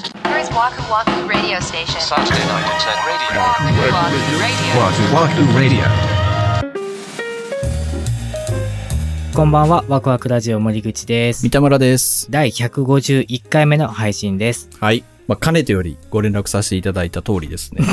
Waku Waku Radio Station. Saturday night at 10 radio. Waku Waku Wahoo Wahoo Radio. Radio. こんばんは、ワクワクラジオ森口です三。田村です。第151回目の配信 です。はい。まあ、かねてよりご連絡させていただいた通り ですね。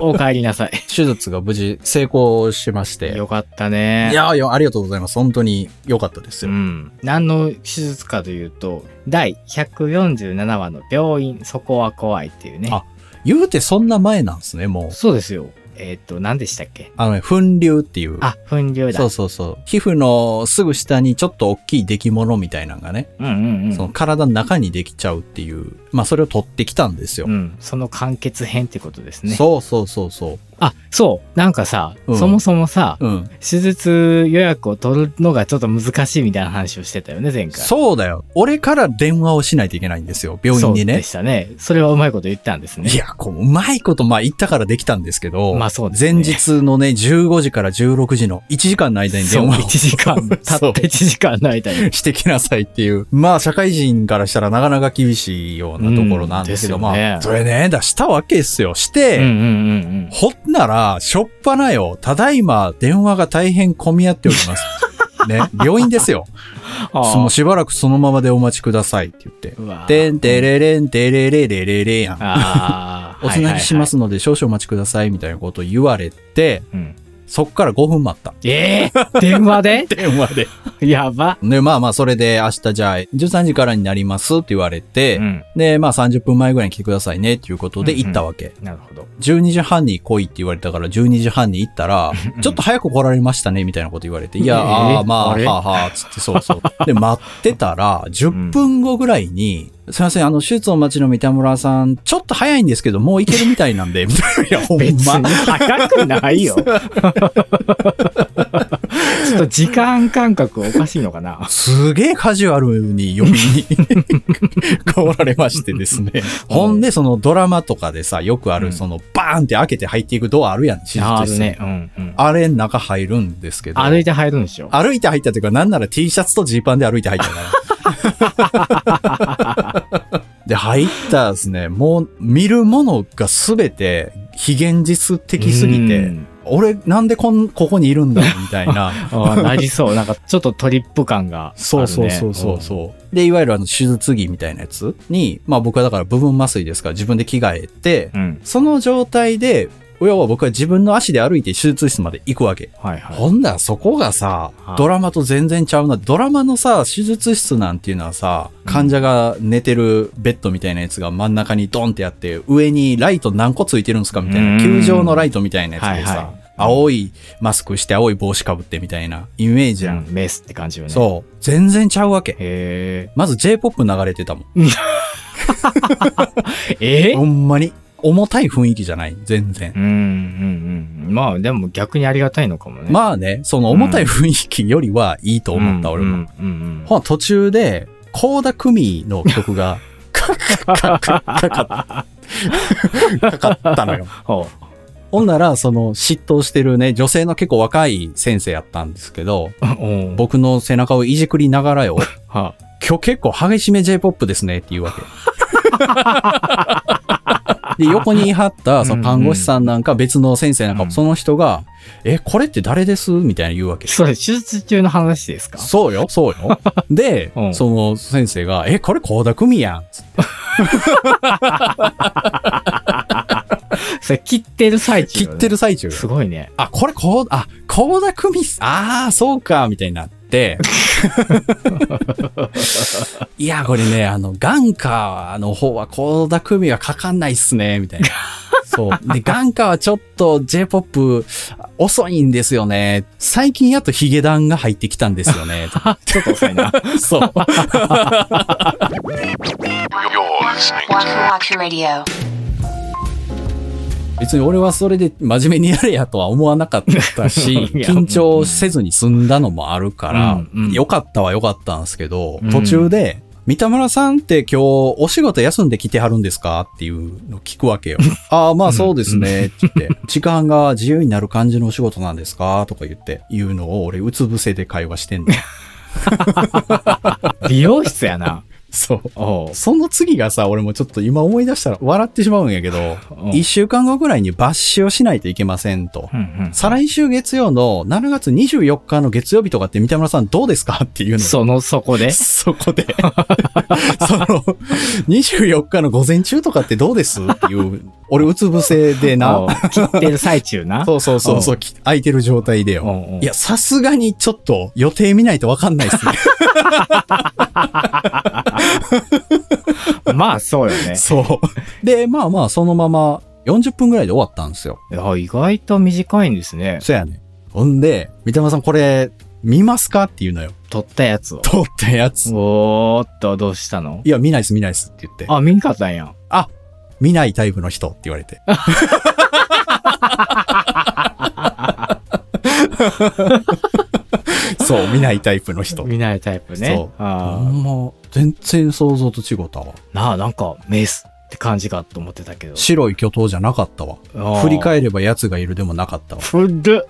お帰りなさい。手術が無事成功しまして。よかったね。いやーいや、ありがとうございます。本当に良かったですうよ。ん。何の手術かというと、第147話の病院、そこは怖いっていうね。あ言うてそんな前なんですね、もう。そうですよ。えーっと、何でしたっけあのね、粉瘤っていう。あ、粉瘤だ。そうそうそう。皮膚のすぐ下にちょっと大きい出来物みたいなのがね、うんうんうん。その体の中にできちゃうっていう、まあそれを取ってきたんですよ。うん。その完結編ってことですね。そうそうそうそあ、そう。なんかさ、うんそもそもさ、う。うん。手術予約を取るのがちょっと難しいみたいな話をしてたよね、前回。そうだよ。俺から電話をしないといけないんですよ。病院にそねうでし。たね。それはうまいこと言ったんですね。いや、こう、うまいこと、まあ、言ったからできたんですけど、まあそうですね前日のね、15時から16時の1時間の間にそう、電話1を時間、たったそう1時間の間 に。してきなさいっていう。まあ、社会人からしたらなかなか厳しいようなところなんですけど、うんですよねまあ、それね、だしたわけですよ。して、うんうんうんほんなら、しょっぱなよ、ただいま、電話が大変混み合っております。 ね、病院ですよ。うん。そのしばらくそのままでお待ちくださいって言って。うわでんてれれんてれれれれれやん。あ あ。おつなぎしますので少々お待ちくださいみたいなことを言われて、はいはいはい。うんそっから5分待った。ええ電話で 電話で。やば。で、まあまあ、それで明日じゃあ13時からになりますって言われて、うん。で、まあ30分前ぐらいに来てくださいねっていうことでうんうん行ったわけ。なるほど。 12時半に来いって言われたから12時半に行ったら、ちょっと早く来られましたねみたいなこと言われて、いや、えーあーまあ、あはれあはあ、つってそうそう。で、待ってたら、10分後ぐらいに、すいません、あの、手術をお待ちの三田村さん、ちょっと早いんですけど、もう行けるみたいなんで、みたいな。いや、ほん 別まに。高くないよ。 ちょっと時間感覚おかしいのかな。すげえカジュアルに読みに 変わられましてですね。ほんで、そのドラマとかでさ、よくあうんる、そのバーンって開けて入っていくドアあるやん、手術室にあるね。うんうん。あれ、中入るんですけど。歩いて入るんでしょ。歩いて入ったというか、なんなら T シャツとジーパンで歩いて入ったから。で、入ったらですね、もう見るものがすべて非現実的すぎうて、ん俺なんでこん、ここにいるんだみたい な。あーなりそう。なんかちょっとトリップ感があるね。そうそうそうそうそう。で、いわゆるあの手術着みたいなやつに、まあ僕はだから部分麻酔ですから自分で着替えて、うん。うん。その状態で、要は僕は自分の足で歩いて手術室まで行くわけ。はいはい。ほんならそこがさはい、ドラマと全然ちゃうな。ドラマのさ、手術室なんていうのはさ、患者が寝てるベッドみたいなやつが真ん中にドンってあって、上にライト何個ついてるんですかみたいうな。ん球状のライトみたいなやつではいはさ、青いマスクして青い帽子かぶってみたいなイメージじやゃんん。。メスって感じよね。う。そう。全然ちゃうわけ。へまず J-POP 流れてたもん。え。えほんまに。重たい雰囲気じゃない。全然う。んうんうん。まあでも逆にありがたいのかもね。あ、まあね、その重たい雰囲気よりはいいと思った、俺も。うんうんうん。ほん途中で、コーダクミの曲 が、かかかかかかったのよ。ほほんなら、その、嫉妬してるね、女性の結構若い先生やったんですけど、う。うん。僕の背中をいじくりながらよ、は今日結構激しめ J-POP ですねって言うわ け。で、横にいはった、その看護師さんなんか別の先生なんかうんも、その人が、え、これって誰ですみたいな言うわけ。それ、手術中の話ですかそうよ、そうよ。でう、んその先生が、え、これ倖田來未やん。つってそれ、切ってる最中切よね、ってる最中よ。すごいね。あ、これ倖田、あ、倖田來未す、あー、そうか、みたいになって。いや、これね、あの、眼科の方は倖田來未はかかんないっすね、みたいな。そう。で、眼科はちょっと J-POP 遅いんですよね。最近やっとヒゲダンが入ってきたんですよね。ちょっと遅 いな。そう。 You're Waku listening to Waku Radio. 別に俺はそれで真面目にやれやとは思わなかったし 、いや緊張せずに済んだのもあるからうんうん、良かったは良かったんですけどうん、途中で、三田村さんって今日お仕事休んで来てはるんですかっていうの聞くわけ よ。ああ、まあそうですね。って言って、時間が自由になる感じのお仕事なんですかとか言って、言 うのを俺うつ伏せで会話してんの。美容室やな。そう。おうその次がさ、俺もちょっと今思い出したら笑ってしまうんやけど、おう一週間後ぐらいに抜歯をしないといけませんとう。んうん再来週月曜の7月24日の月曜日とかって三田村さんどうですかっていうのその、そこで。そこで。 その、24日の午前中とかってどうですっていう、俺うつ伏せでおなう。切ってる最中 な。そうそうそうそう、き空いてる状態でおよ。うおういや、さすがにちょっと予定見ないとわかんない ですね。まあ、そうよね。そう。で、まあまあ、そのまま40分ぐらいで終わったんですよ。いや意外と短いんですね。そやね。ほんで、三田村さんこれ、見ますかっていうのよ。取ったやつを。撮ったやつ。おーっと、どうしたのいや、見ないっす、見ないっすって言って。あ、見んかったんや。見ないタイプの人って言われ て。そう、見ないタイプの人。見ないタイプね。そうあーもう、全然想像と違ったわ。なあ、なんか、メスって感じかと思ってたけど。白い巨頭じゃなかったわ。あー振り返れば奴がいるでもなか ったわ。ふる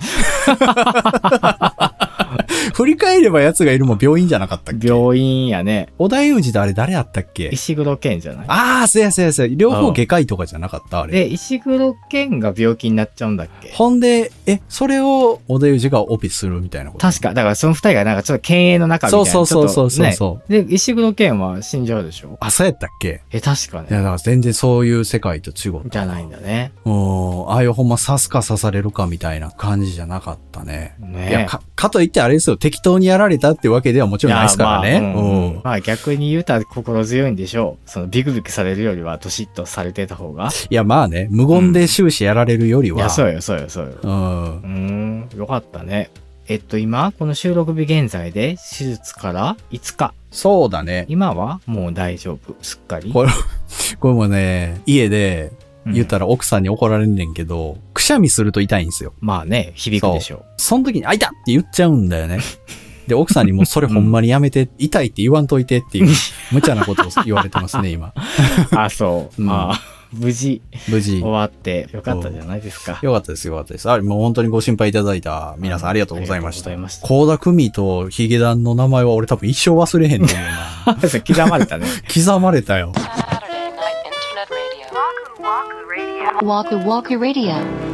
振り返れば奴がいるも病院じゃなかったっけ病院やね。お題宇治であれ誰やったっけ石黒賢じゃないああ、そうやそうやそうや。両方外科医とかじゃなかったあれ。で、石黒賢が病気になっちゃうんだっけほんで、え、それを小田裕二がオペするみたいなこと。確か、だからその二人がなんかちょっと犬猿の中みたそういな。そうそうそうそうちょっそう。とねで、石黒賢は死んじゃうでしょあ、そうやったっけえ、確かいや、ね。だから全然そういう世界と違う。じゃないんだね。うん、ああいうほんま刺すか刺されるかみたいな感じじゃなかったね。いや、ねか、かといってあれですよ、適当にやられたってわけではもちろんないですからいやね。まあうんうんまあ逆に言うたら心強いんでしょう。そのビクビクされるよりはドシッとされてた方が。いや、まあね、無言で終始やられるよりいは。や、そうよ、そうよ、そうよ。うんうーん、よかったね。えっと、今、この収録日現在で、手術から5日。そうだね。今はもう大丈夫。すっかり。ここれもね、家でうん言ったら奥さんに怒られんねんけど、くしゃみすると痛いんですよ。まあね、響くでしょその時に、あ、痛っって言っちゃうんだよね。で、奥さんにもうそれほんまにやめて、痛いって言わんといてって いう、無茶なことを言われてますね、今。う。あ、そ う。うんまあ、無事無事。 終よわってよかったじゃないですか。かったです、よかったです。あれ、もう本当にご心配いただいた皆さんありがとうございましあたり。がとうござ高い田組とヒゲダンの名前は俺多分一生忘れへんと思うな。 ました。刻まれたね。刻まれたよ。 Saturday night internet radio. Waku Waku Radio. Waku Waku Radio.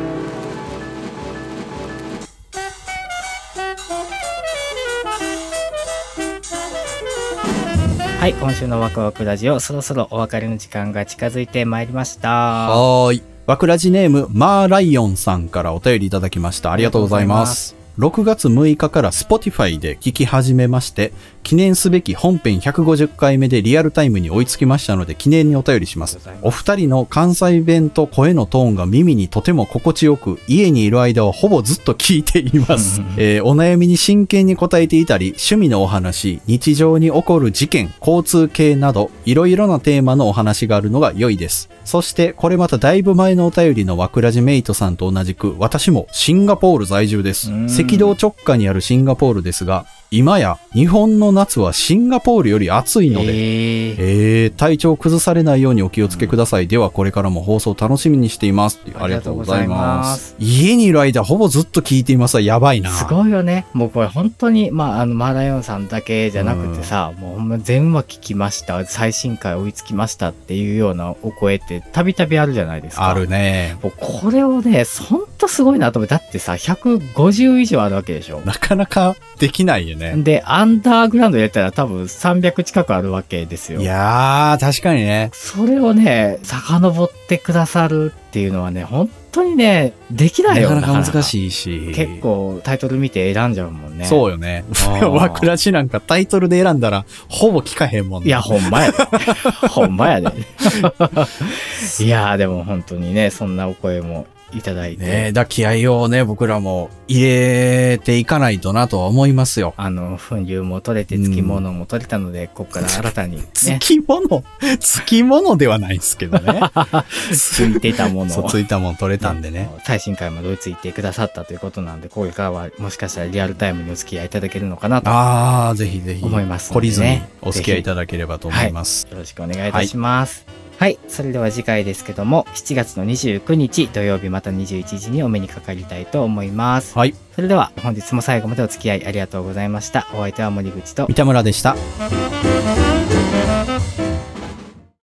はい、今週のワクワクラジオ、そろそろお別れの時間が近づいてまいりました。あはーい。わくらじネーム、マーライオンさんからお便りいただきました。ありがとうございます。6月6日から Spotify で聞き始めまして、記念すべき本編150回目でリアルタイムに追いつきましたので、記念にお便りします。お二人の関西弁と声のトーンが耳にとても心地よく、家にいる間はほぼずっと聞いています。えーお悩みに真剣に答えていたり、趣味のお話、日常に起こる事件、交通系など、いろいろなテーマのお話があるのが良いです。そして、これまただいぶ前のお便りのわくらじメイトさんと同じく、私もシンガポール在住です。うん赤道直下にあるシンガポールですが、今や日本の夏はシンガポールより暑いので、えー、えー、体調崩されないようにお気をつけください。では、これからも放送楽しみにしています。ありがとうございまあすりがとうございます。家にいる間、ほぼずっと聞いていますわ。やばいな。すごいよね。もうこれ本当に、まあ、あの、マーライオンさんだけじゃなくてさ、もうほんま全話聞きました、最新回追いつきましたっていうようなお声ってたびたびあるじゃないですか。あるね。もうこれをね、ほんとすごいなと思って、だってさ、150以上あるわけでしょ。なかなかできないよね。で、アンダーグラウンド入れたら多分300近くあるわけですよ。いやー、確かにね。それをね、遡ってくださるっていうのはね、本当にね、できないなよかなか難い。しいし。結。構タイトル見て選んじゃうもんね。。そううよねあ。 ーわくらしなんかタイトルで選んだら、ほぼ聞かへんもんねいや、、ほんまやで。 ほんま やで。いやー、でも本当にね、そんなお声もいただいて。ねえ、だ、気合をね、僕らも入れていかないとなとは思いますよ。あの、粉流も取れて、付き物も取れたので、ここから新たにね、つきもの、つきものではないんですけどね。 ついていたものそをう、。ついたもん取れたんでね。最新回まで追いついてくださったということなんで、これからはもしかしたらリアルタイムにお付き合いいただけるのかなと。よああ、ぜひぜひ。思います懲のでねりずにお付き合いいただければと思います。ろしくお願いいたします。はい、それでは次回ですけども、7月の29日土曜日また21時にお目にかかりたいと思います。はい。それでは本日も最後までお付き合いありがとうございました。お相手は森口と三田村でした。 Waku